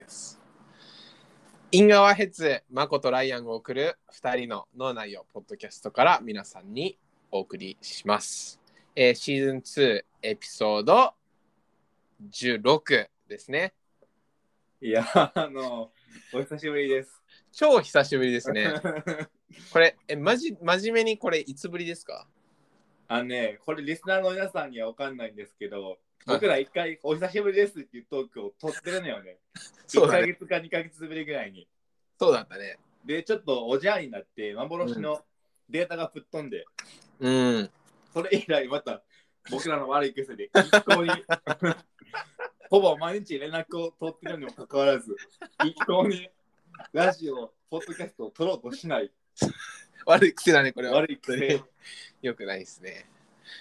ですインガワヘツマコとライアンが送る2人の脳内容ポッドキャストから皆さんにお送りします、えーシーズン2エピソード16ですねいや、あの、お久しぶりです。超久しぶりです ねこれえまじ真面目にこれいつぶりですか あのね、これリスナーの皆さんにはわかんないんですけど、僕ら一回お久しぶりですっていうトークを撮ってるのよね。そうだ1ヶね月か2ヶ月ぶりぐらいに。そうだったねで、ちょっとおじゃんになって、幻のデータが吹っ飛んで、うんそれ以来また僕らの悪い癖で一向に、 ほぼ毎日連絡を取ってるにもかかわらず、一向にラジオ、ポッドキャストを撮ろうとしない悪い癖だねこれは悪 い癖。よくないですね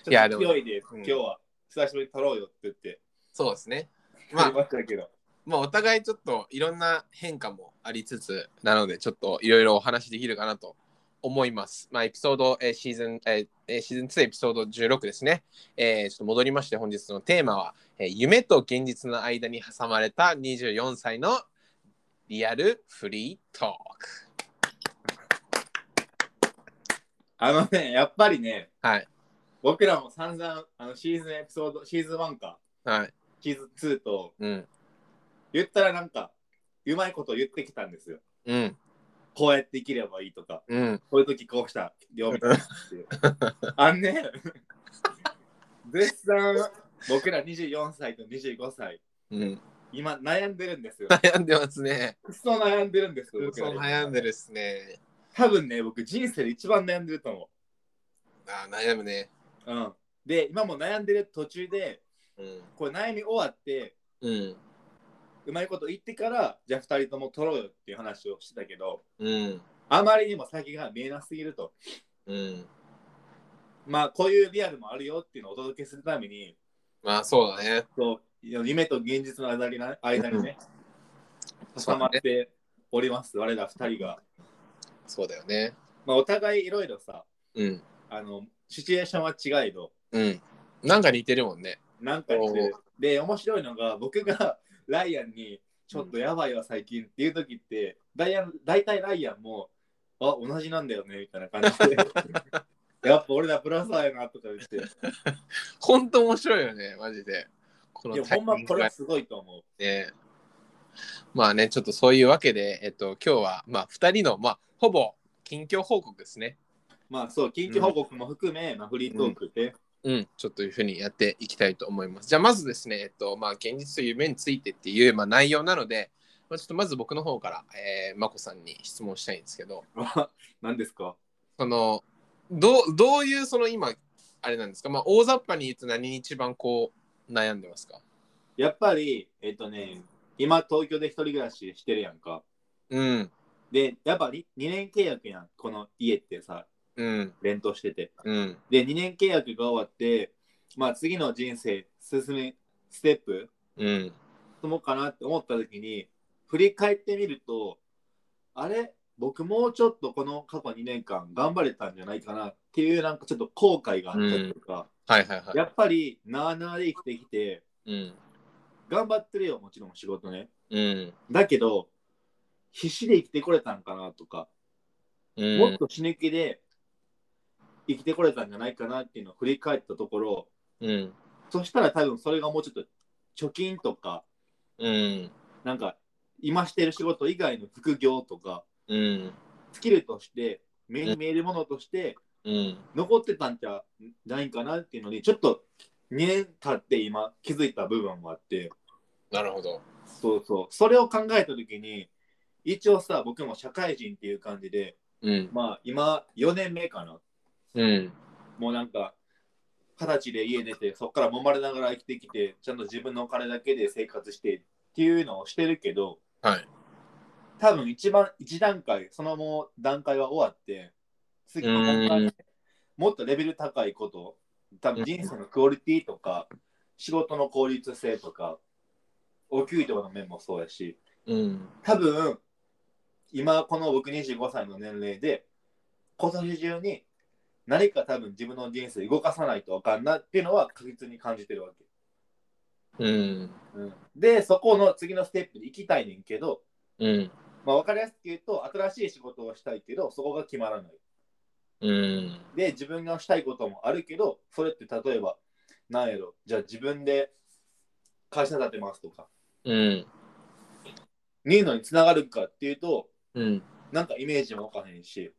いちょやっでとも勢いで、うん今日は久しぶりに撮ろうよって言って、そうですねま撮ありましたけど、まあ、お互いちょっといろんな変化もありつつなのでちょっといろいろお話できるかなと思います。まあ、エピソード、えーシーズン、えーえーシーズン2エピソード16ですね。えーちょっと戻りまして本日のテーマは、えー夢と現実の間に挟まれた24歳のリアルフリートーク。あのね、やっぱりね、はい。僕らも散々、あのシーズンエピソード、シーズン1か、はい。シーズン2と、うん。言ったらなんか、うまいこと言ってきたんですよ。うん。こうやって生きればいいとか、うん。こういう時こうしたよみたいなっ ていう。あんね、絶賛、僕ら24歳と25歳、うん、今悩んでるんですよ。悩んでますね。くそ悩んでるんですよ。僕ら今悩んでるっすね。多分ね、僕人生で一番悩んでると思あー悩むね。う。うん。で、今も悩んでる途中で、うん。これ悩み終わって、うん。うまいこと言ってから、じゃあ2人とも取ろうよっていう話をしてたけど、うん。あまりにも先が見えなすぎると。うん。まあ、こういうリアルもあるよっていうのをお届けするために、まあ、そうだね。そう夢と現実の間にな間にね、そう挟まだねっております、我ら2人が。そうだよね。まあ、お互いいろいろさ、うん。あの、シチュエーションは違いど、うん。なんか似てるもんね。なんか似てるで、面白いのが、僕が ライアンに、ちょっとやばいわ、最近っていう時って、ダイアン大体ライアンも、あ、同じなんだよね、みたいな感じで。やっぱ俺らブラザーやなとか言って、いほんと面白いよね、マジで。このや、タほイんミまンこグれがはすごいと思う。ね。まあね、ちょっとそういうわけで、えっと、今日は、まあ、2人の、まあ、ほぼ近況報告ですね。まあそう、緊急報告も含め、まあ、フリートークで、 うん、ちょっというふうにやっていきたいと思います。じゃあ、まずですね、えっと、まあ、現実と夢についてっていう、まあ、内容なので、まあ、ちょっとまず僕の方から、えー、まこさんに質問したいんですけど、何ですかその、どう、どういう、その今、あれなんですか、まあ、大雑把に言うと何に一番こう、悩んでますかやっぱり、えっとね、今東京で一人暮らししてるやんか。うん、で、やっぱり2年契約やん、この家ってさ、うん、連投してて。うん、で、2年契約が終わって、まあ次の人生進め、ステップうん。進もうかなって思った時に、振り返ってみると、あれ僕もうちょっとこの過去2年間頑張れたんじゃないかなっていうなんかちょっと後悔があったりとか、はいはいはい。やっぱりなあなあで生きてきて、うん。頑張ってるよ、もちろん仕事ね。うん。だけど、必死で生きてこれたんかなとか、うん。もっと死ぬ気で生きてこれたんじゃないかなっていうのを振り返ったところ、うん。そしたら多分それがもうちょっと貯金とか、うん。なんか今してる仕事以外の副業とか、うん。スキルとして、目に見えるものとしてうん。残ってたんじゃないかなっていうのに、ちょっと2年経って今気づいた部分もあって、なるほど。そうそう、それを考えた時に、一応さ、僕も社会人っていう感じで、うん。まあ今4年目かな。うん。もうなんか二十歳で家出てそこから揉まれながら生きてきてちゃんと自分のお金だけで生活してっていうのをしてるけどはい。多分一番一段階そのもう段階は終わって次の段う階もっとレベル高いこと多分人生のクオリティとか仕事の効率性とかお給料の面もそうやしうん。多分今この僕25歳の年齢で今年中に何か多分自分の人生動かさないとあかんなっていうのは確実に感じてるわけ。うん。うん、で、そこの次のステップに行きたいねんけど、うん。まあ、分かりやすく言うと、新しい仕事をしたいけど、そこが決まらない。うん。で、自分がしたいこともあるけど、それって例えば、なんやろ、じゃあ自分で会社建てますとか、うん。ニーノにつながるかっていうと、うん。なんかイメージもわかへんし、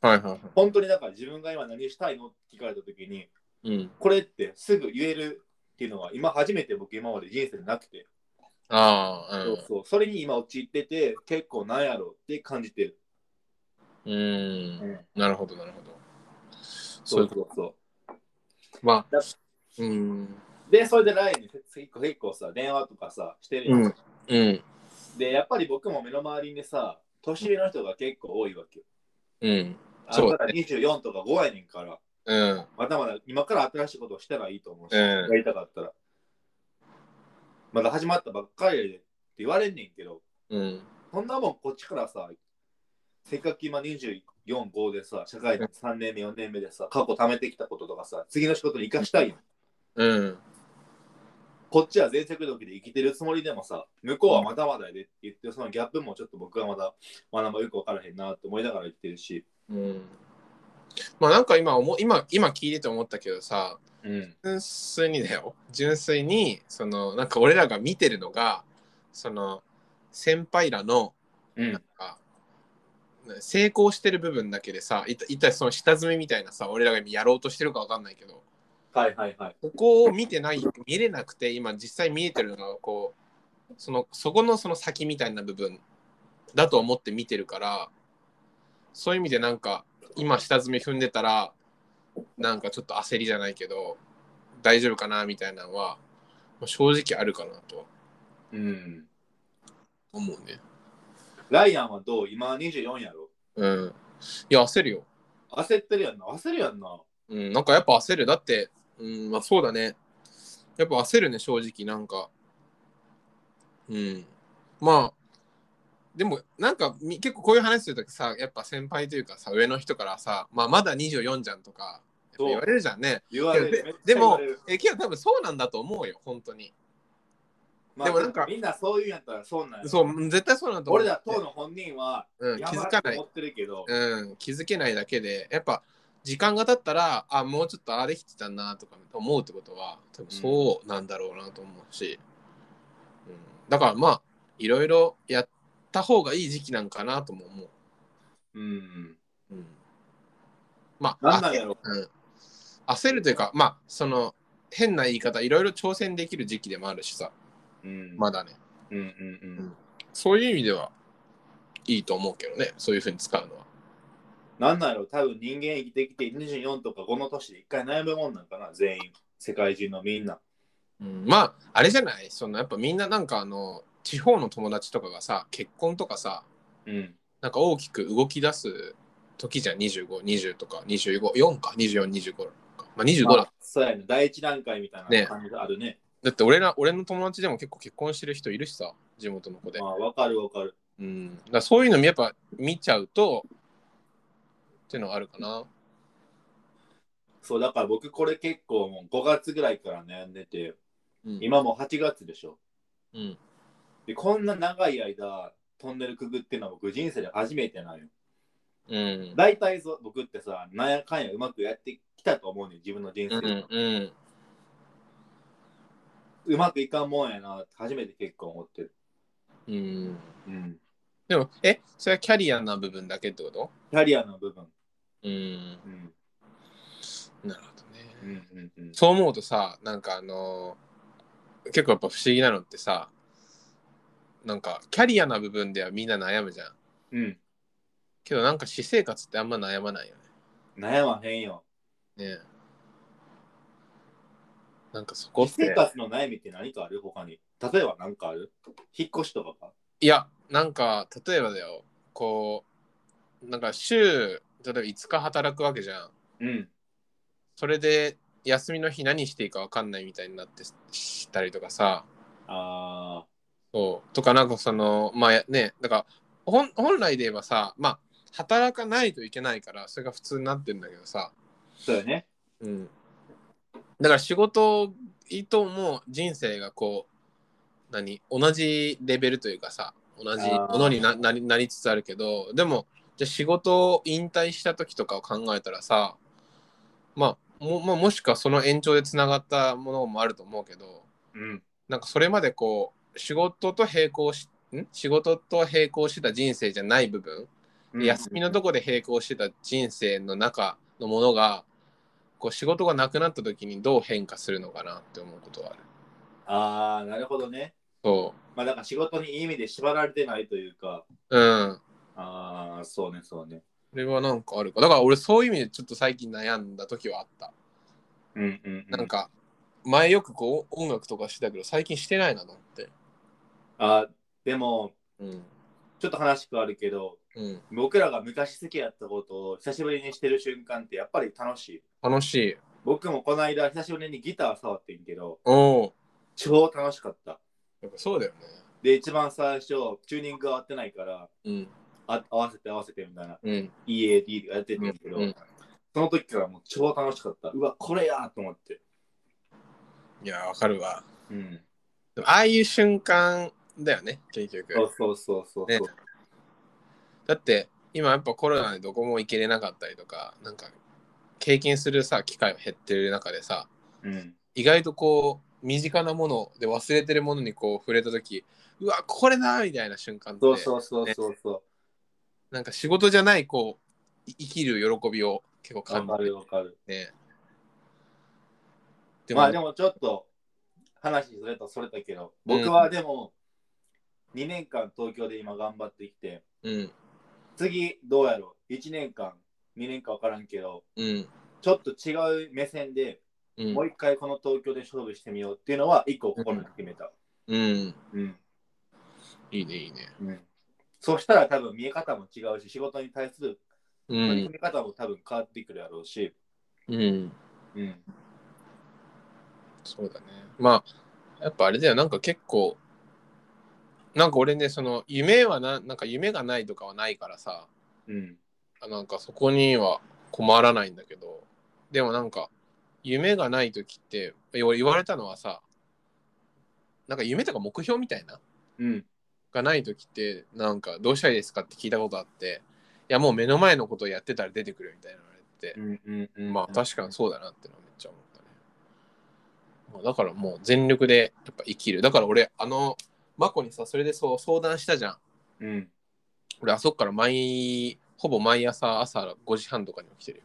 はいはいはい。本当になんか自分が今何したいのって聞かれたときに、うん。これってすぐ言えるっていうのは、今初めて僕今まで人生でなくて、ああ、そうそう、それに今陥ってて、結構なんやろって感じてる。うん。うん。なるほど、なるほど。そそういううこそうそう。と。まあだ、うん。で、それでラインに結構結構さ、電話とかさ、してるやんうん。うん。で、やっぱり僕も目の周りにさ、年上の人が結構多いわけよ。うん。あそんうたら24とか5やねんから、うん。まだまだ今から新しいことをしたらいいと思うし、うんやりたかったら。まだ始まったばっかりやでって言われんねんけど、うん。そんなもんこっちからさ、せっかく今24、5でさ、社会人3年目、4年目でさ、過去貯めてきたこととかさ、次の仕事に生かしたいよ。うん。こっちは全速力で生きてるつもりでもさ、向こうはまだまだやでって言ってる、そのギャップもちょっと僕はまだ、まだまだよく分からへんなって思いながら言ってるし。うん。まあなんか今思、今、今聞いてて思ったけどさ、うん。純粋にだよ。純粋に、その、なんか俺らが見てるのが、その、先輩らの、うなんん。か、成功してる部分だけでさ、いた一体その下積みみたいなさ、俺らが今やろうとしてるかわかんないけど、はいはいはい。ここを見てない、見れなくて、今実際見えてるのが、こう、その、そこのその先みたいな部分だと思って見てるから、そういう意味でなんか、今下積み踏んでたら、なんかちょっと焦りじゃないけど、大丈夫かなみたいなのは、まあ正直あるかなとはうん。思うね。ライアンはどう今24やろうん。いや、焦るよ。焦ってるやんな。焦るやんな。うん、なんかやっぱ焦る。だって、うん、まあそうだね。やっぱ焦るね、正直、なんか。うん。まあ、でも、なんかみ結構こういう話するときさ、やっぱ先輩というかさ、上の人からさ、まあまだ24じゃんとか、やっぱ言われるじゃんね。言われいやる。めっちゃでで言わもれる、え、けど多分そうなんだと思うよ、本当に。まあ、ででもなもなんんかかみんなそういうんやったらそうなんや。そう、うん絶対そうなんだと思う。俺ら当の本人は、うん、気やばづいかとない思。ってるけど、うん、気づけないだけで、やっぱ時間が経ったら、あ、もうちょっとああできてたなとか思うってことは、多分そうなんだろうなと思うし、うんだからまあ、いろいろやった方がいい時期なんかなとも思う。うん。うん、まあ、なんなんやろ焦るうん、焦るというか、まあ、その、変な言い方、いろいろ挑戦できる時期でもあるしさ、うん。まだね。うんうんうん。うんそういう意味では、いいと思うけどね、そういうふうに使うのは。なんなんやろ多分人間生きてきて24とか5の年で一回悩むもんなんかな全員世界中のみんなうんまああれじゃないそのやっぱみんななんかあの地方の友達とかがさ結婚とかさうんなんか大きく動き出す時じゃん2520とか254か2425か、まあ、25だ、まあそうやね第一段階みたいねな感じがあるねだって俺ら俺の友達でも結構結婚してる人いるしさ地元の子で、まあわかるわかるうんだからそういうのやっぱ見ちゃうとっていうのはあるかなそうだから僕これ結構もう5月ぐらいから悩んでてうん今もう8月でしょうんでこんな長い間トンネルくぐってんのは僕人生で初めてなんようん大体ぞ僕ってさなんやかんやうまくやってきたと思うねん自分の人う生、んうんうまくいかんもんやなって初めて結構思ってるうんうんでもえそれはキャリアな部分だけってことキャリアの部分うんうんなるほどねうんうんうんそう思うとさなんかあのー結構やっぱ不思議なのってさなんかキャリアな部分ではみんな悩むじゃんうんけどなんか私生活ってあんま悩まないよ悩まへんよ。ねねえなんかそこっ私生て活の悩みって何かある他に。例えば何かある引っ越しとかかいやなんか例えばだよこうなんか週例えば5日働くわけじゃんうん。それで休みの日何していいか分かんないみたいになってしたりとかさあそうとかなんかそのまあねだから本本来で言えばさまあ働かないといけないからそれが普通になってんだけどさそうだね。うん、だから仕事とも人生がこう何同じレベルというかさ同じものになあーなりなりつつあるけどでもじゃあ仕事を引退した時とかを考えたらさまあも,、まあ、もしくはその延長でつながったものもあると思うけどうん。なんかそれまでこう仕事と並行しん仕事と並行してた人生じゃない部分休みのとこで並行してた人生の中のものがこう仕事がなくなった時にどう変化するのかなって思うことはある。ああ、なるほどね。そまあ、だから仕事にいい意味で縛られてないというか、う。うん。ああ、そうね、そうね。それはなんかあるか。だから俺そういう意味でちょっと最近悩んだ時はあった。うんうん、うん。なんか前よくこう音楽とかしてたけど最近してないなと思って。あーでも、うん。ちょっと話変わるけど、うん。僕らが昔好きやったことを久しぶりにしてる瞬間ってやっぱり楽しい。楽しい。僕もこの間久しぶりにギター触ってんけど、おお。超楽しかった。やっぱそうだよね。で、一番最初、チューニングが合ってないから、うん。あ合わせて合わせてみたいな、うん。 EAD とかやっててんけど、うんうんその時からもう超楽しかった。うわ、これやと思って。いや、わかるわ。うん。でもああいう瞬間だよね、結局。そうそうそうそう。ねだって今やっぱコロナでどこも行けれなかったりとかなんか経験するさ機会が減ってる中でさうん。意外とこう身近なもので忘れてるものにこう触れた時うわこれだみたいな瞬間ってそうそうそうそうそなんか仕事じゃないこうい生きる喜びを結構う。わ感かじるるわかる。ね。でも,、まあでもちょっと話ずれたそれたけど、僕はでも2年間東京で今頑張ってきて、うん次どうやろう ?1 年間、2年間わからんけど、うんちょっと違う目線で、うんもう一回この東京で勝負してみようっていうのは一個心に決めた。うんうん。いいねいいね。うん。そしたら多分見え方も違うし、仕事に対するう取り組んみ方も多分変わってくるやろうし、うんうん。そうだね。まあ、やっぱあれだよ、なんか結構、なんか俺ね、その夢はな、なんか夢がないとかはないからさ、うん。あなんかそこには困らないんだけど、でもなんか、夢がない時って、え俺言われたのはさ、なんか夢とか目標みたいな、うん。がない時って、なんかどうしたらいいですかって聞いたことあって、いやもう目の前のことをやってたら出てくるみたいなの言ってう、ん。うん。うん。まあ確かにそうだなってのはめっちゃ思ったね。まあ、だからもう全力でやっぱ生きる。だから俺、あの、マコにさ、それでそう相談したじゃん。うん。俺、あそこから毎、ほぼ毎朝、朝5時半とかに起きてる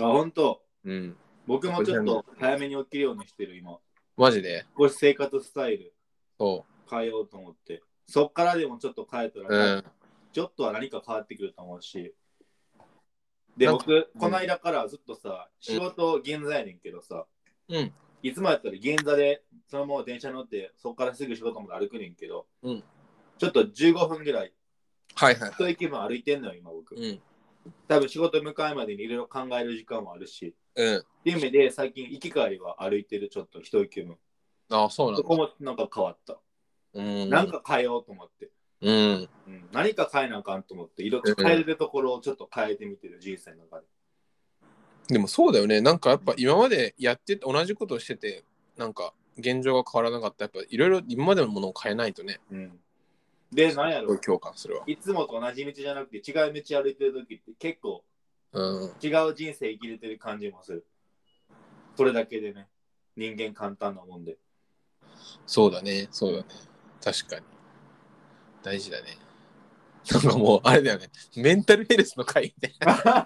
よ。あ、本当うん。僕もちょっと早めに起きるようにしてる今。マジで少し生活スタイルそ変えようと思って。そっからでもちょっと変えたら、う。うん。ちょっとは何か変わってくると思うし。で、なんか僕、この間からずっとさ、仕事現在やねんけどさ、うん。いつもやったら現座で、そのまま電車乗って、そっからすぐ仕事まで歩くねんけど、うんちょっと15分ぐらい、はいはいはい。一駅分歩いてんのよ、今僕。うん。多分仕事迎えまでにいろいろ考える時間もあるし、うん。っていう意味で最近行き帰りは歩いてる、ちょっと一駅分。ああ、そうなんそこだ。もなんか変わった。うん。なんか変えようと思って。うん。うん、何か変えなあかんと思って、いろいろ変えるところをちょっと変えてみてる、人生の中で。でもそうだよね。なんかやっぱ今までやってて、同じことをしてて、なんか現状が変わらなかった。やっぱいろいろ今までのものを変えないとね、うん、で、何やろ共感するわ。いつもと同じ道じゃなくて違う道歩いてる時って結構うん。違う人生生きれてる感じもする。それだけでね、人間簡単な もんで。そうだね、そうだね。確かに。大事だね。なんかもう、あれだよね。メンタルヘルスの会みたいな。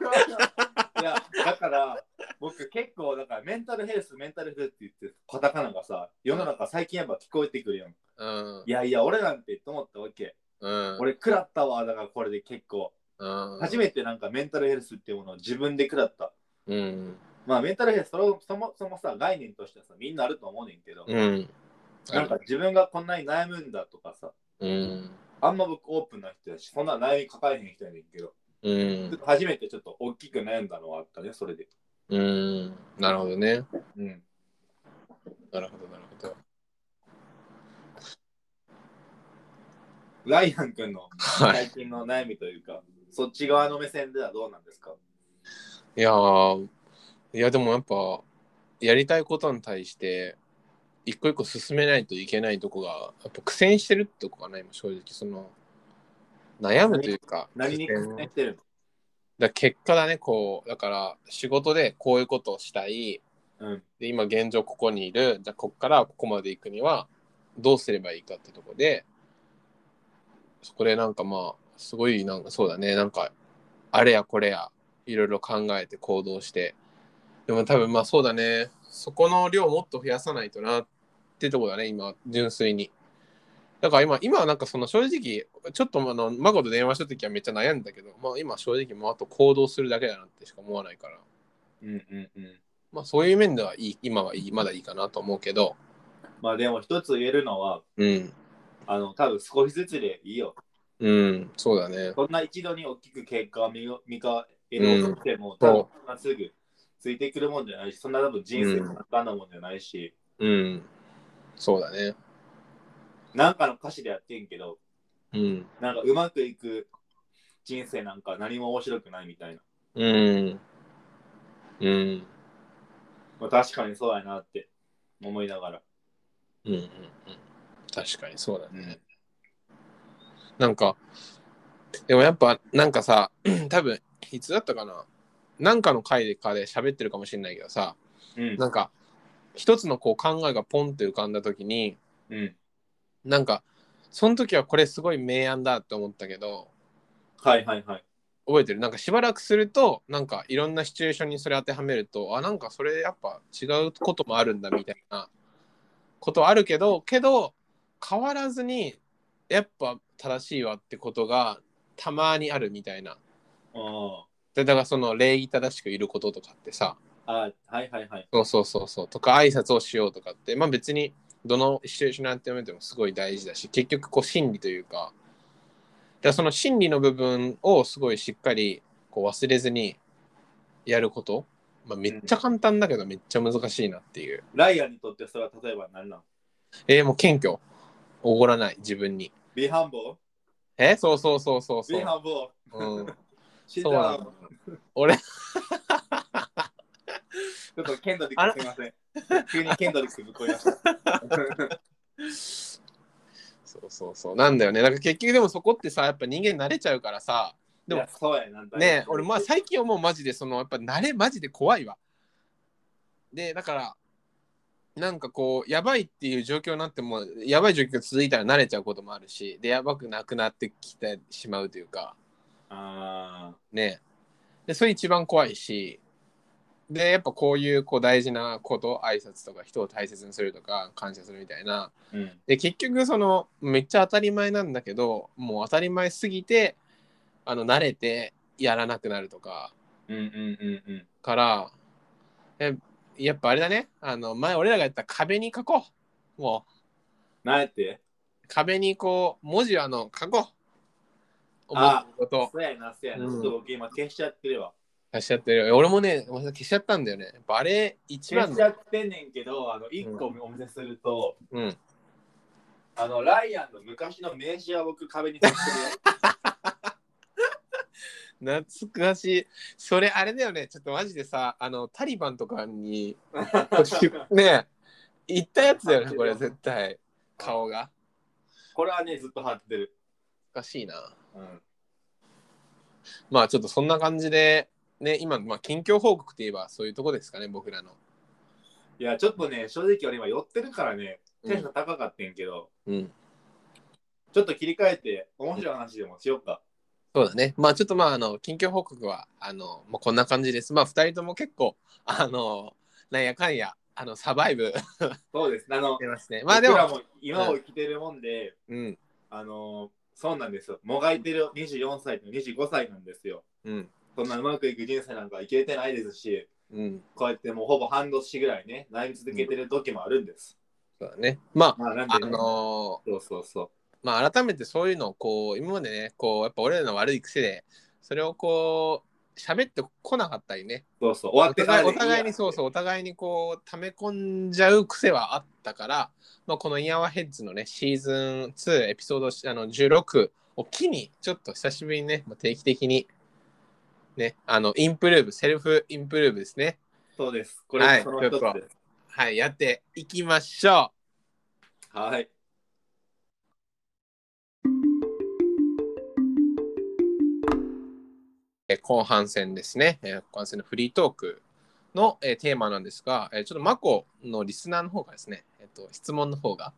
いや、だから僕結構だからメンタルヘルス、メンタルヘルスって言ってカタカナがさ、世の中最近やっぱ聞こえてくるやん。うんい。やいや、俺なんてと思ったわけ。うん。俺食らったわ、だからこれで結構。うん。初めてなんかメンタルヘルスっていうものを自分で食らった。うん。まあメンタルヘルスそれをそもそもさ概念としてはさみんなあると思うねんけど、うん。なんか自分がこんなに悩むんだとかさうん。あんま僕オープンな人やしそんな悩み抱えへん人やねんけど、うん。初めてちょっと大きく悩んだのはあったねそれで。うん。なるほどね。うん、なるほど、なるほど。ライアン君のはい。最近の悩みというか、そっち側の目線ではどうなんですかいやー、いやでもやっぱやりたいことに対して一個一個進めないといけないとこがやっぱ苦戦してるとこがないも正直その悩むというか何に苦苦戦戦してるだから結果だねこうだから仕事でこういうことをしたいのうん。で今現状ここにいるじゃあここからここまで行くにはどうすればいいかってとこでそこでなんかまあすごいなんかそうだねなんかあれやこれやいろいろ考えて行動してでも多分まあそうだねそこの量をもっと増やさないとなってとこだね今純粋にだから今今はなんかその正直ちょっとあの孫と電話した時はめっちゃ悩んだけどまあ今正直もうあと行動するだけだなってしか思わないからうんうんうん。まあそういう面ではいい今はいいまだいいかなと思うけど、まあでも一つ言えるのは、うん、あの、多分少しずつでいいよ。うん、そうだね。そんな一度に大きく結果を見よ見か得ようとしてうも、ん多分そんなすぐついてくるもんじゃないし、そんな多分人生も簡単なもんじゃないし、うん、そうだね。なんかの歌詞でやってんけど、うん、なんかうまくいく人生なんか何も面白くないみたいな。うん、うん、まあ、確かにそうやなって思いながら。うん、うん、確かにそうだうねん。なんか、でもやっぱなんかさ、 多分いつだったかな、なんかの回でかで喋ってるかもしれないけどさ、うん。なんか一つのこう考えがポンって浮かんだ時に、うん。なんかその時はこれすごい明暗だって思ったけど、はいはいはい。覚えてるなんかしばらくするとなんかいろんなシチュエーションにそれ当てはめるとあなんかそれやっぱ違うこともあるんだみたいなことはあるけどけど変わらずにやっぱ正しいわってことがたまにあるみたいなあでだからその礼儀正しくいることとかってさあ。ああはいはいはい。そうそうそうそうとか挨拶をしようとかってまあ別にどのシチュエーションに当てはめてもすごい大事だし結局こう心理というかだからその心理の部分をすごいしっかりこう忘れずにやること、まあ、めっちゃ簡単だけどめっちゃ難しいなっていう、ライアンにとってそれは例えば何なのえーもう謙虚おごらない自分に ?Be humble? えそうそうそうそうそ Be う、 humble? うん、知ってそうたならのち俺ょっとケンドリックすいませ ん。急にケンドリックぶっこいました。そうそうそうなんだよねなんか結局でもそこってさやっぱ人間慣れちゃうからさででももそうやなんだねえ俺まあ最近はもうマジでそのやっぱ慣れマジで怖いわでだからなんかこうやばいっていう状況になってもやばい状況が続いたら慣れちゃうこともあるしでやばくなくなってきてしまうというかあねえでそれ一番怖いしでやっぱこういうこう大事なこと挨拶とか人を大切にするとか感謝するみたいなーうん。で結局そのめっちゃ当たり前なんだけどもう当たり前すぎてあの慣れてやらなくなるとかうんうんうんうん。からえやっぱあれだねあの前俺らがやった壁に書こうもなんやってう壁にこう文字をあの書こう思ってることそうやな、そうやな。うんちょっと僕今消しちゃってるわ。消しちゃってる俺もね消しちゃったんだよねバレー一消番しちゃのってんねんけど、あの、一個お見せすると、うんあの、ライアンの昔の名刺は僕壁に貼ってるよ。懐かしいそれあれだよねちょっとマジでさあのタリバンとかに ね行ったやつだよねこれ絶対顔がこれはね、ずっと貼ってる。おかしいなうん。まあちょっとそんな感じでね今、まあ、近況報告といえばそういうとこですかね僕らのいや、ちょっとね、正直俺今寄ってるからね、テンション高かってんけど、うんちょっと切り替えて、面白い話でもしようか。そうだね。まあちょっとまああの近況報告はあの、まあ、こんな感じです。まあ2人とも結構あのなんやかんやあのサバイブしそうです。あの、てます ね。まあでも僕らも今を生きてるもんで、うんあのーそうなんですよ。もがいてる24歳と25歳なんですよ。うんそんなうまくいく人生なんかいけてないですし、うんこうやってもうほぼ半年ぐらいね、悩み続けてる時もあるんです。そうだね。ままあ、なんああで、ね、のそうそうそう。まあ改めてそういうのをこう今までねこうやっぱ俺らの悪い癖でそれをこう喋ってこなかったりね。そうそう。終わっおてか互らいでお互いにそうそうお互いにこう溜め込んじゃう癖はあったから、まあ、このイヤワヘッズのねシーズン2エピソードあの16を機にちょっと久しぶりにね、まあ、定期的にねあのインプルーブセルフインプルーブですねそうです。これはいその一つちょっとです。はい、やっていきましょはい。う。えー後半戦ですね、えー後半戦のフリートークの、えーテーマなんですが、えーちょっとマコのリスナーの方がですね、えっと質問の方が。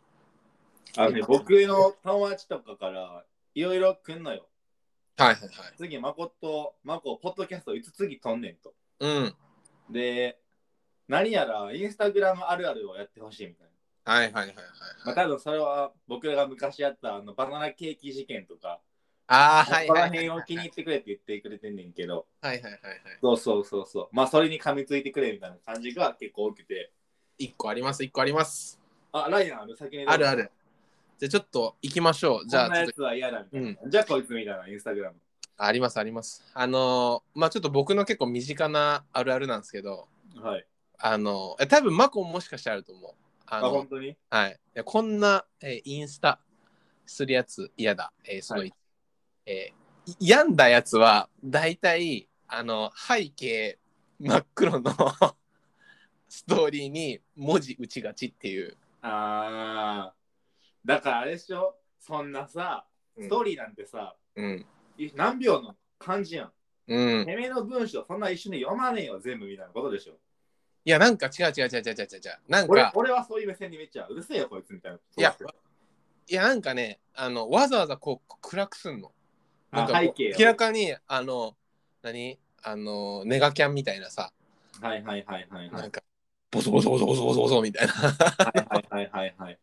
あのね、僕の友達とかからいろいろ来んのよ。はいはいはい。次、まこと、まこ、ポッドキャスト5つ次とんねんと。うん。で、何やらインスタグラムあるあるをやってほしいみたいな。はいはいはいはい、まはあ、い。多分それは僕らが昔やったあのバナナケーキ事件とか、ああ、そはいこはいはらいはい辺を気に入ってくれって言ってくれてんねんけど、はいはいはいはい。そうそうそうそう。まあそれに噛みついてくれみたいな感じが結構多くて。一個あります、一個あります。あ、ライアンある先に。あるあ。る。じゃあちょっと行きましょう。じじゃゃあ、あこんちょっなやとつは嫌だみたいな。うんじゃあこいつみたいなインスタグラム。ありますあります。あのーまあちょっと僕の結構身近なあるあるなんですけど、はい。あのーえ多分マコもしかしてあると思う。ああ、の本当にはいいや。こんな、えーインスタするやつ嫌だ。えーその、はいえーい病んだやつは大体あの背景真っ黒の ストーリーに文字打ちがちっていう。あー。だからあれでしょそんなさ、ストーリーなんてさ、うん。い何秒の漢字やん。うん。てめえの文章そんな一緒に読まねえよ、全部みたいなことでしょ。いや、なんか違う違う違う違う違う違う。なん俺か、俺はそういう目線にめっちゃうるせえよ、こいつみたいな。いやいや、なんかね、あの、わざわざこう暗くすんの。あなんか背こう景を明らかに、あの、何あの、ネガキャンみたいなさ、はいはいはいはいはないん。か、ボソボソボソボソボソボソみたいな。 はいはいはいはい。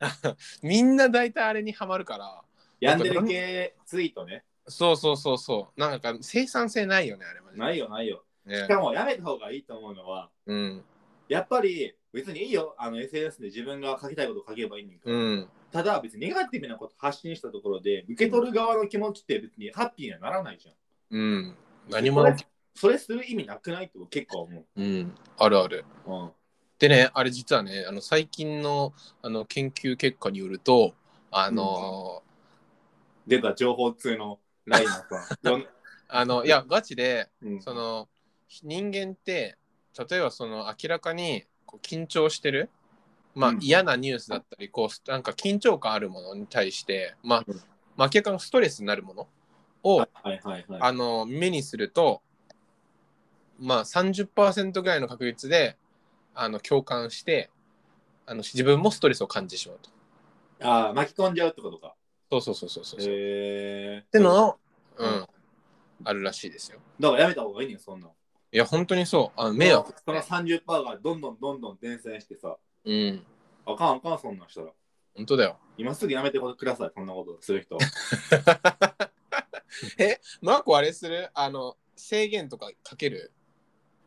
みんな大体あれにはまるから。ヤンデル系ツイートね。そうそうそうそう。なんか生産性ないよね、あれまで。ないよないよ。しねかもやめた方がいいと思うのは、うん。やっぱり別にいいよ、あの SNS で自分が書きたいことを書けばいいねんだうん。ただ別にネガティブなこと発信したところで、受け取る側の気持ちって別にハッピーにはならないじゃん。うん。何もなく、それする意味なくないって僕結構思うん。あるある。う。うん、でね、あれ実はね、あの最近のあの研究結果によると、あの出た情報通のラインさ よん。あのいや、ガチで、うんその人間って、例えばその明らかにこう緊張してる、まあうん嫌なニュースだったり、こうなんか緊張感あるものに対して、まあうん、まあ、明らかにストレスになるものを、はいはいはい。あの目にするとまあ30%ぐらいの確率であの共感してあの自分もストレスを感じてしまうと。ああ、巻き込んじゃうってことか。そうそうそうそうそう。っへえ。てのを、ううんん、あるらしいですよ。だからやめた方がいいねん、そんなん。いや本当にそう。あの迷惑、その30%がどんどんどんどん伝染してさ、うん。あかんあかん、そんなんしたら。本当だよ。今すぐやめてください、そんなことする人。 えマーコあれするあの制限とかかける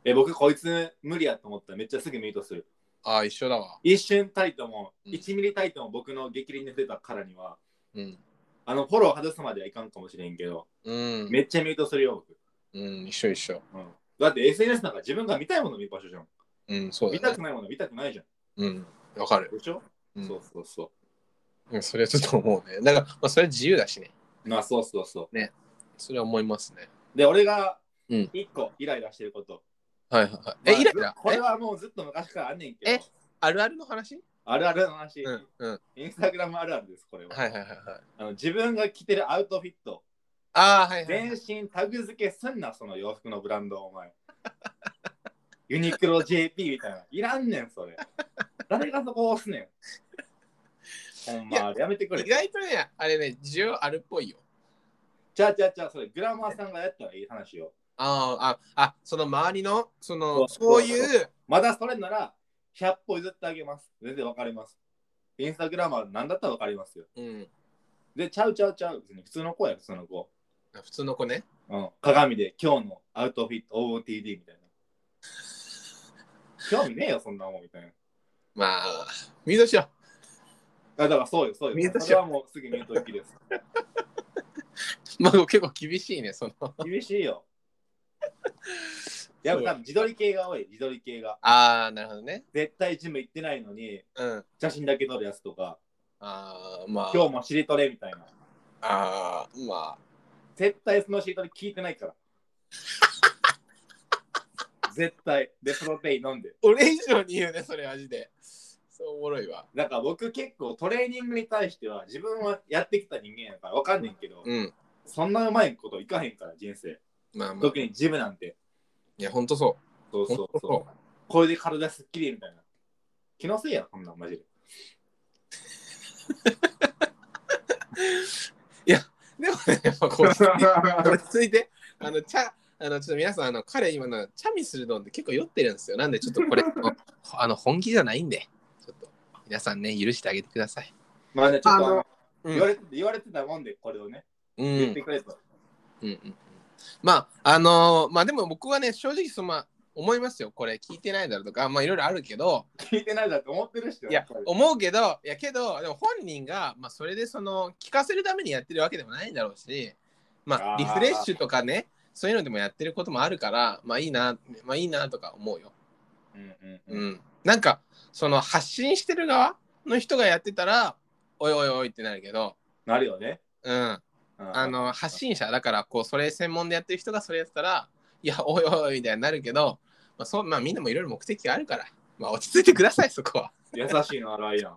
え、僕、こいつ無理やと思ったらめっちゃすぐミュートする。ああ一緒だわ。一瞬たりとも、うん1ミリたりとも僕の激励に出たからには、うん。あの、フォロー外すまではいかんかもしれんけど、うん。めっちゃミュートするよ、僕。うん、一緒一緒。うん、だって SNS なんか自分が見たいもの見る場所じゃん。うん、そう見だねたく。ないもの見たくないじゃうん。わかる。ん。でしょ、うんそうそうそうん、それはちょっと思うね。だから、まあ、それ自由だしね。う。まあ、そうそうそそれは思いますね。う。で、俺がうん1個イライラしてること。はいはいはい。え、まあイライラこれえはもうずっと昔からあんねんけど。えあるあるの話あるあるの話、うんうん。はいインスタグラムあるあるです、これは、はいはいはい。あの。自分が着てるアウトフィット、ああ、はいはいはい全。身タグ付けすんな、その洋服のブランド、お前。 ユニクロ JP みたいな。いらんねん、それ。誰がそこ押すねん。ほんいやま、やめてくれ意。外とね、あれね、需要あるっぽいよ。ちゃうちゃうちゃう、それ、グラマーさんがやったらいい話よ。ああ、ああ、その周りの、その、そそうういう、まだそれなら、100歩譲ってあげます。全然わかります。インスタグラマーなんだったらわかりますよ。うん、で、ちゃうちゃうちゃう。別に普通の子や、普通の子。普通の子ね。うん、鏡で今日のアウトフィット OOTD みたいな。興味ねえよ、そんなもんみたいな。まあ、見としよあだからそうよ、そうミュよー。トしそれよはもうすぐミュート行きです。う。まあ、結構厳しいね、その。厳しいよ。やっぱ多分自撮り系が多い、自撮り系が。ああ、なるほどね。絶対ジム行ってないのに、うん。写真だけ撮るやつとか、ああ、まあ、今日もしりとれみたいな。ああ、まあ、絶対そのしりとれ聞いてないから。絶対。で、プロテイン飲んで。俺以上に言うね、それマジで。そうおもろいわ。なんか僕結構トレーニングに対しては自分はやってきた人間やからわかんねんけど、うん。そんなうまいこといかへんから人生。まあまあ。特にジムなんて。いや、ほんとそそうう。ほんそとうそう。これで体すっきりみたいな。気のせいやろ、こんなんマジで。う。でもね、やっぱこう、落ち着いて、あの、ちゃ、あの、ちょっと皆さん、あの、彼今の、チャミするドンって結構酔ってるんですよ。なんで、ちょっとこれ、あのあの、本気じゃないんで、ちょっと、皆さんね、許してあげてください。まあね、ちょっとああののうん言われて言われてたもんで、これをね、う言っんて。くれと。うんうんうんまああのーまあでも僕はね正直そのまあ思いますよこれ聞いてないだろうとかまあいろいろあるけど聞いてないだと思ってる人いや思うけどいやけどでも本人が、まあ、それでその聞かせるためにやってるわけでもないんだろうしまあーあリフレッシュとかねそういうのでもやってることもあるからまあいいなまあいいなとか思うよ、うんうんううんん、なんかその発信してる側の人がやってたらおいおいおいってなるけどなるよね。うんうんあの発信者だからこうそれ専門でやってる人がそれやってたらいやおいおいおいみたいになるけど、まあそうまあ、みんなもいろいろ目的があるから、まあ、落ち着いてくださいそこは。優しいの、ラ イアン。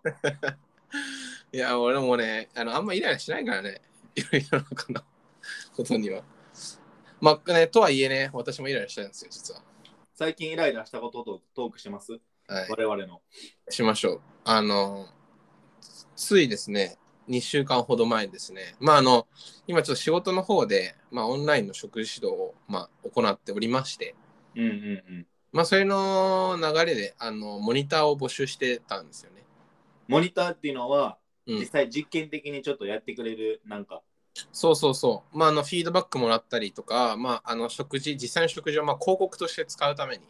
いや俺もねあのあんまイライラしないからねいろいろなこのことには。まあね、とはいえね私もイライラしたんですよ実は。最近イライラしたこととトークしてますはい我々の。しましょう。あの、つついですね、2週間ほど前にですね、まああの、今ちょっと仕事の方で、まあオンラインの食事指導を、まあ、行っておりまして、うんうんうん。まあそれの流れで、あの、モニターを募集してたんですよね。モニターっていうのは、うん実際実験的にちょっとやってくれる、なんか。そうそうそう。まああの、フィードバックもらったりとか、まああの、食事、実際の食事をまあ広告として使うために、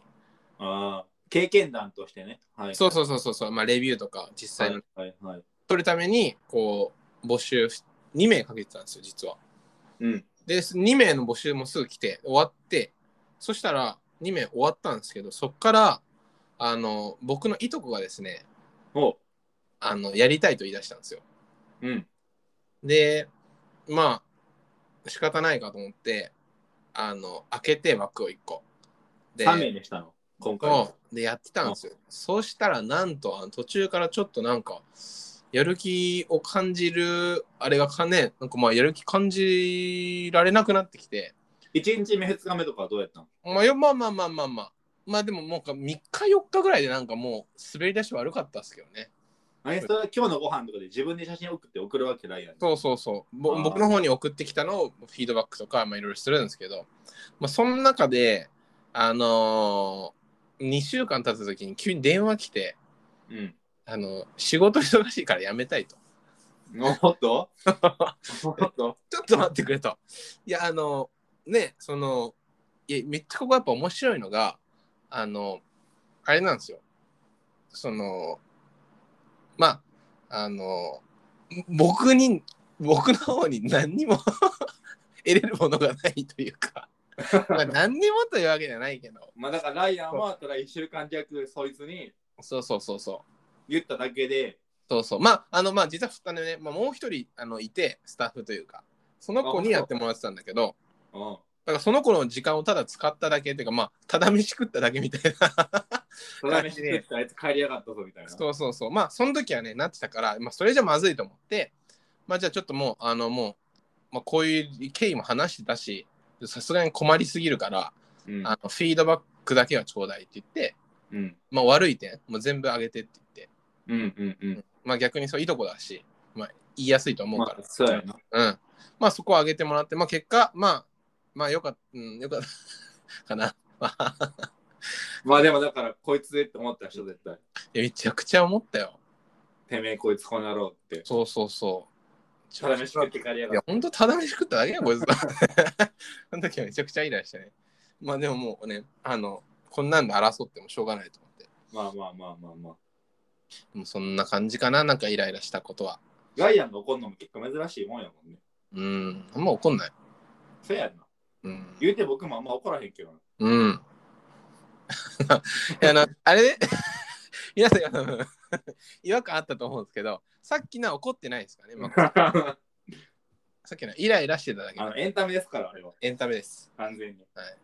ああ、経験談としてね。はい。そうそうそうそうそう、まあレビューとか実は際のいはいはい。取るために、こう、募集2名かけてたんですよ、実は。うん。で、2名の募集もすぐ来て、終わって、そしたら、2名終わったんですけど、そっから、あの、僕のいとこがですね、おう。あの、やりたいと言い出したんですよ。うん。で、まあ、仕方ないかと思って、あの、開けて枠を1個。で、 3名にしたの、今回は。そうで、やってたんですよ。そうしたら、なんと、あの途中からちょっとなんか、やる気を感じる、あれがかね、なんかまあ、やる気感じられなくなってきて、 1日目、2日目とかはどうやったのまあよ、まあまあまあまあまあ。まあでももうか3日4日ぐらいでなんかもう滑り出し悪かったっすけどね。あれそれは今日のご飯とかで自分で写真送って送るわけないやん。そうそうそう。ぼあー僕の方に送ってきたのをフィードバックとかまあいろいろするんですけど、まあその中で、あのー、2週間経った時に急に電話来て、うん。あのー仕事忙しいから辞めたいと。 おっとおっとちょっと待ってくれと。いや、あのー、ね、その、いや、めっちゃここやっぱ面白いのが、あのー、あれなんですよ。その、まあ、あの、僕に、僕の方に何にも 得れるものがないというか、まあ、何にもというわけじゃないけど、まあだからライアンはただ1週間弱そいつにそうそうそうそう。言っただけで、そうそう。まあ、あの、まあ、実は2人ね、まあ、もう一人あのいて、スタッフというか、その子にやってもらってたんだけど、うん、だからその子の時間をただ使っただけというか、まあ、ただ飯食っただけみたい な。ただ飯食ったあいつ帰りやがったぞみたいな。そうそうそう。まあ、その時はね、なってたから、まあ、それじゃまずいと思って、まあ、じゃあちょっともう、あの、もう、まあ、こういう経緯も話してたし、さすがに困りすぎるから、うんあのフィードバックだけはちょうだいって言って、うんまあ、悪い点、もう全部上げてって言って、うんうんうん。まあ、逆にそう、いいとこだし、まあ、言いやすいと思うまかあ、そうやな。ら、うん。まあ、そこを上げてもらって、まあ、結果、まあ、まあ、よかった、うん、よかった、かな。まあ まあでもだからこいつでって思った人絶対、いやめちゃくちゃ思ったよ。てめえこいつこうなろうって。そうそうそう。ただ飯食って帰りやいがやっ、ほんと、ただ飯食っただけや、こいつは。あの時はめちゃくちゃイライラしたね。まあでももうね、あの、こんなんで争ってもしょうがないと思って。た。まあまあまあまあまあ。もうそんな感じかな、なんかイライラしたことは。ガイアンが怒るのも結構珍しいもんやもんね。うん、あんま怒んない。そうやんな。うん。言うて僕もあんま怒らへんけどな。うん。 いや、あの、あれね、 皆さん、 あの違和感あったと思うんですけど、さっきのは怒ってないですからね。まあ、 さっきのはイライラしてただけあ。のエンタメですから、あれは。エンタメです。完全に。はい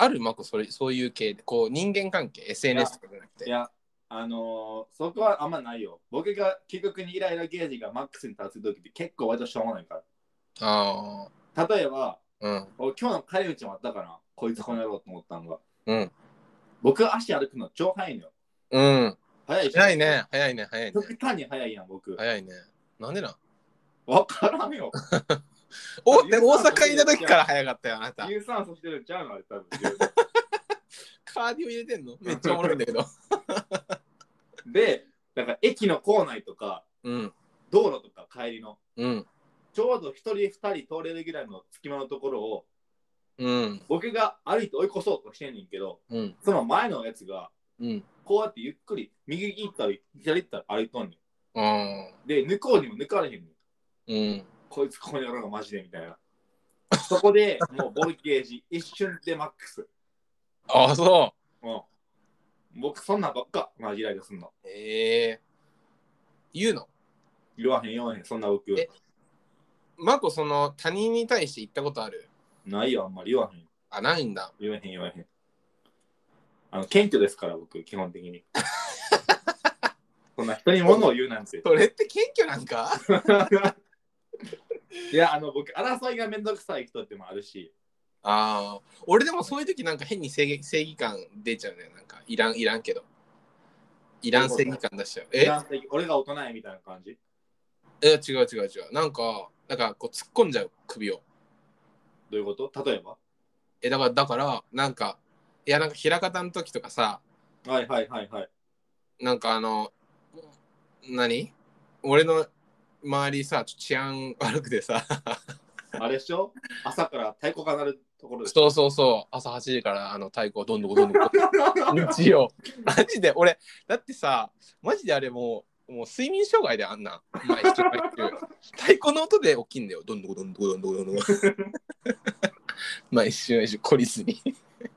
あるマコそれそういう系でこう人間関係 SNS とかじゃなくいてや、あのーそこはあんまないよ。僕が結局にイライラゲージがマックスに達するときって結構割としょうもないかあら。例えば、あうん俺今日の帰り道もあったかな。こいつこの野郎と思ったのが。うん僕は足歩くの超早いのよ。うん早いし。早いね。早いね早いね極端に早いやん、僕。早いねなんでなんわからん よ。おでも大阪いた時から早かったよあなた有酸素してるんちゃうのあれ多分。カーディオ入れてんのめっちゃおもろいんだけど で、だから駅の構内とか、うん道路とか帰りの、うんちょうど一人二人通れるぐらいの隙間のところを、うん僕が歩いて追い越そうとしてんねんけど、うんその前のやつが、うんこうやってゆっくり右行ったり左行ったり歩いとんねあん。で、抜こうにも抜かれへんねん。ーうんこいつここにおるのマジでみたいな。そこでもうボルゲージ一瞬でマックス。ああそもう僕そんなんばっか、マジイライラすんの。うええ言うの言わへん言わへん、そんな僕。えマコその他人に対して言ったことあるないよ、あんまり言わへん。あないんだ言わへん言わへん。あの、謙虚ですから、僕、基本的に。 そんな人に物を言うなんて。それって謙虚なんかいや、あの、僕、争いがめんどくさい人ってもあるし、 ああ俺でもそういう時なんか変に正義正義感出ちゃうねなんかいらんいらんけどいらん正義感出しちゃうえ男性俺が大人やみたいな感じ。え違う違う違うなんかなんかこう突っ込んじゃう首をどういうこと例えばえだからだからなんかいやなんか枚方の時とかさはいはいはいはい。なんかあの何俺の周りさちょ治安悪くてさ あれでしょ朝から太鼓が鳴るところでしょそうそうそう朝8時からあの太鼓をどんどんどんどん 日曜マジで俺だってさマジであれもうもう睡眠障害であんな毎週毎週太鼓の音で起きんだよどんどこどんどこどんどこどんどこ毎週毎週懲りずにだか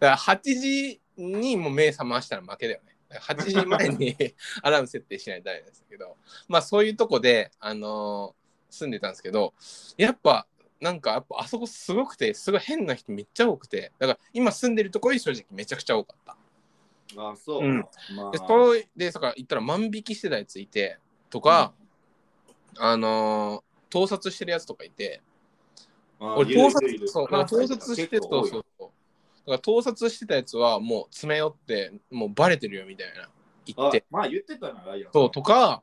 ら8時にもう目覚ましたら負けだよねだから8時前に アラーム設定しないとダメなんですけどまあそういうとこであのー住んでたんですけどやっぱなんかやっぱあそこすごくてすごい変な人めっちゃ多くてだから今住んでるとこより正直めちゃくちゃ多かったあ、そう。うんまであ、それでさから言ったら万引きしてたやついてとか、あのー盗撮してるやつとかいてまあ俺いる盗いるい撮るそうなんか盗撮して結構そ多ういそようそうだから盗撮してたやつはもう詰め寄ってもうバレてるよみたいな言あってまあ言ってたな、ライアン。そうとか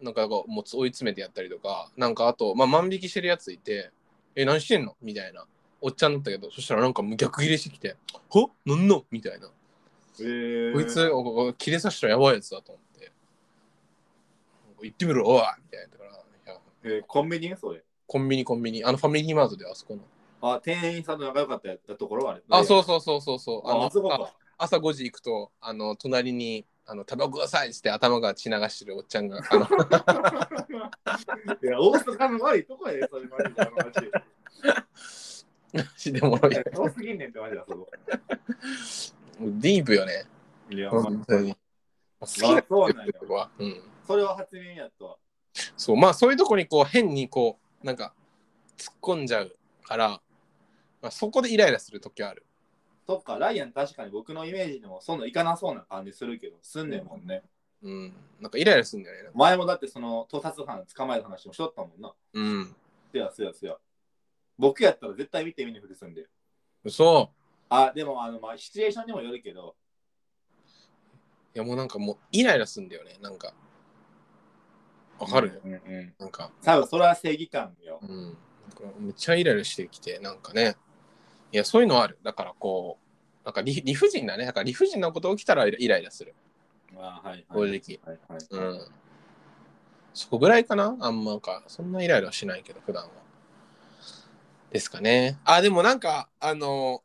なんかこうもう追い詰めてやったりとかなんかあと、まあ、万引きしてるやついて「え何してんの?」みたいなおっちゃんだったけどそしたらなんかもう逆ギレしてきて「はなんの?」みたいなえー、こいつ、おお切れさせたらやばいやつだと思って。行ってみろ、おいみたいなだから、いやえーコンビニそれ。コンビニコンビニ、あのファミリーマートであそこの。あ、店員さんと仲良かったやったところはあれ。あ、う。そうそうそうそうそう。のあ、あそこあか。朝5時行くと、あの、隣に、あの、タバコくださいっつって頭が血流してるおっちゃんが、あ の、いや、大阪の悪いとこやで、それマジで。あの街死でもろい。遠すぎんねんってマジだ、そこ。ディープよね。いや、まあ、本当に。好きまなあそうなんよ。人は、うん。それは発明やとは。そう、まあそういうとこにこう、変にこう、なんか、突っ込んじゃうから、まあ、そこでイライラするときはある。そっか、ライアン確かに僕のイメージでもそんないかなそうな感じするけど、すんねんもんね。うん。なんかイライラするんだよね。前もだってその盗撮犯捕まえた話もしとったもんな。うん。せやせやせや。僕やったら絶対見て見ぬふりすんで。嘘あ、でもあの、まあ、シチュエーションにもよるけど、いやもうなんかもうイライラすんだよねなんかわかる、うんうん。なんか多分それは正義感よう。んなんかめっちゃイライラしてきてなんかねいやそういうのあるだからこうなんか理理不尽だねだから理不尽なこと起きたらイライライラするあはいはい。正直、はいはい。うんそこぐらいかなあんまかそんなイライラはしないけど普段はですかねあでもなんかあの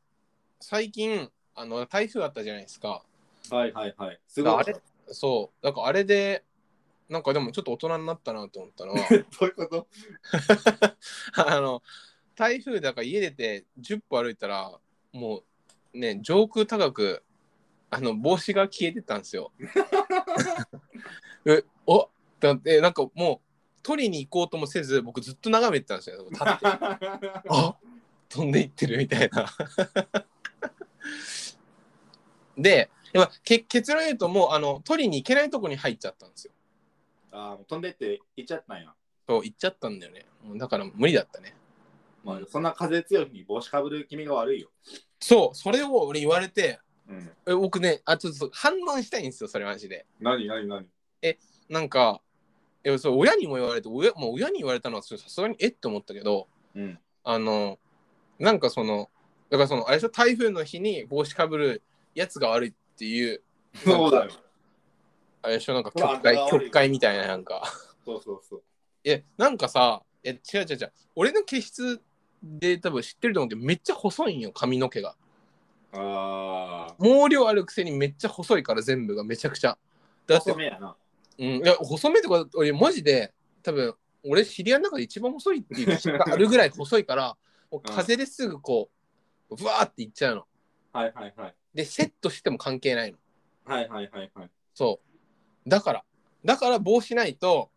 最近あの台風あったじゃないですかはいはいはい。すごい。あ れそうなんかあれでなんかでもちょっと大人になったなと思ったのはどういうこと あの台風だから家出て10歩歩いたらもうね上空高くあの帽子が消えてたんですよ。えおだってなんかもう取りに行こうともせず僕 ずっと眺めてたんですよ。立ってあ飛んでいってるみたいな。 で、やっぱけ結論言うともうあの取りに行けないとこに入っちゃったんですよ。ああ、もう飛んでって行っちゃったんや。そう行っちゃったんだよね。もうだから無理だったね。まあ、そんな風強い日に帽子かぶる君が悪いよ。そう、それを俺言われて、うん。え僕ね、あちょっと反論したいんですよ、それマジで。何何何なんか、えそう親にも言われて、親もう親に言われたのはちょっとさすがにえって思ったけど、うん。あの、なんかその、だからその、あれでしょ、台風の日に帽子かぶるやつが悪いっていう、そうだよ。あれでしょ、なんかほら曲解あんたが、悪い曲解みたいな、なんか。そうそうそう。え、なんかさ、え、違う違う違う、俺の毛質で多分知ってると思うけど、めっちゃ細いんよ、髪の毛が。あ毛量あるくせにめっちゃ細いから、全部がめちゃくちゃ。あ。だって細、めやな。うん、いや細めとか、俺、マジで、多分俺、知り合いの中で一番細いっていう人があるぐらい細いから、もう風ですぐこう、ブワーっていっちゃうの。はいはいはい。で、セットしても関係ないの。はいはいはいはい。そう。だから、だから帽子ないと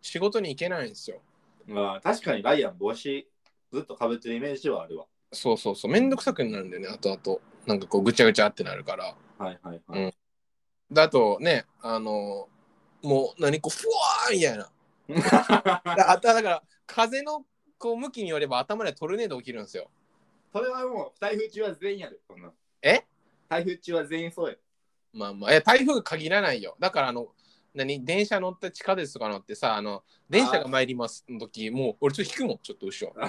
仕事に行けないんですよ。まあ、確かにライアン帽子ずっとかぶってるイメージはあるわ。そうそうそう。めんどくさくなるんだよね、後々。なんかこう、ぐちゃぐちゃってなるから。はいはいはうい。んであとね、あのもう何こう、ふわーみたいな。 だあとはだから、風のこう向きによれば頭でトルネード起きるんですよ。 それはもう、台風中は全員やる。そんなえ台風中は全員 そうや。まあまあ、いや台風限らないよ。だからあの、何電車乗って地下鉄とか乗ってさ、あの、電車が参りますの時、もう俺ちょっと引くもん、ちょっと後ろ。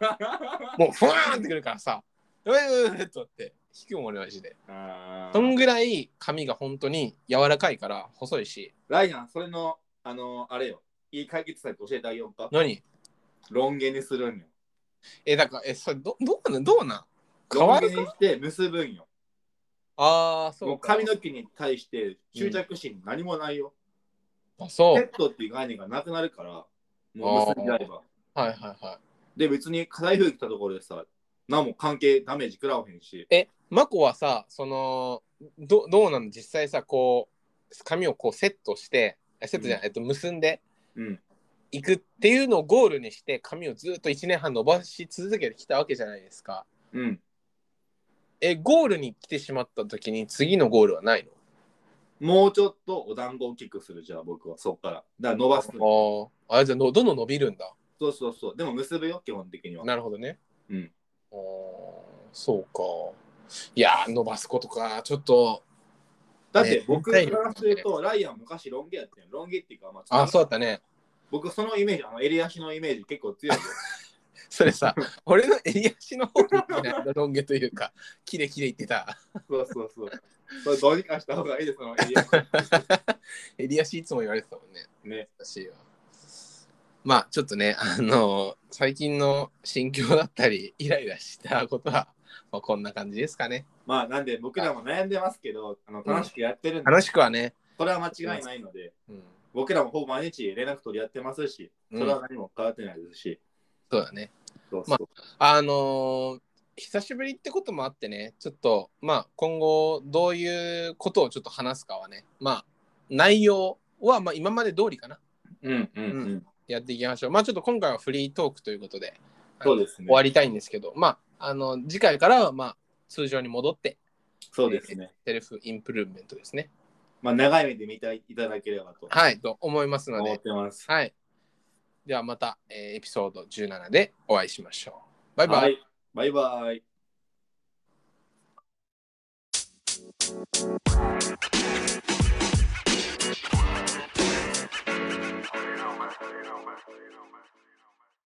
あもうふわーんってくるからさ、うわうわうわっとって、引くもん俺マジで。ーそんぐらい髪が本当に柔らかいから細いし、ライアン、それの、あの、あれよ。いい解決策教えてあげようか。何ロン毛にするんよ。え、だから、え、それどどうなんどうなん変ロわン毛るにして結ぶんよ。ああ、そもううか。髪の毛に対して執着心何もないよ。あそう。ペットっていう概念がなくなるから、もう結んであれば。はいはいはい。で、別に台風来たところでさ、何も関係、ダメージ食らわへんし。え、マコはさ、その、どどうなの実際さ、こう、髪をこうセットして、あセットじゃない、えっと、結んでうん。いくっていうのをゴールにして、髪をずっと1年半伸ばし続けてきたわけじゃないですか。うん。え、ゴールに来てしまった時に次のゴールはないのもうちょっとお団子を大きくするじゃあ僕はそっから。だから伸ばす。ああ、あじゃあのどんどん伸びるんだ。そうそうそう。でも結ぶよ、基本的には。なるほどね。うん。あーそうか。いやー、伸ばすことか。ちょっと、だってね僕全体からすると、ライアン昔ロン毛やったよ。ロン毛っていうか、まあ、あ、そうだったね。僕そのイメージ、あの襟足のイメージ結構強いよ。それさ、俺の襟足の方に行ってないロン毛というか、キレキレ言ってた。 そうそうそう。それどうにかした方がいいです、その襟足。襟足いつも言われてたもんね。ね。らしいわ。まあ、ちょっとね、あの最近の心境だったり、イライラしたことは、まあ、こんな感じですかね。まあなんで僕らも悩んでますけど、あの楽しくやってるんで、楽しくはね。それは間違いないので、うん、僕らもほぼ毎日連絡取り合ってますし、それは何も変わってないですし。そうだね。そうそうあのー久しぶりってこともあってね、ちょっと、まあ、今後、どういうことをちょっと話すかはね、まあ、内容は、まあ、今まで通りかな。うんうんうう。んやっていきましょう。まあ、ちょっと今回はフリートークということで、あのそうですね終。わりたいんですけど、まあ、あの、次回からは、まあ、通常に戻って、そうですね。セルフインプルーブメントですね。まあ長い目で見ていただければとはい、と思いますの思っで、てます。はい。ではまた、えーエピソード17でお会いしましょう。バイバイ。はい。バイバイ。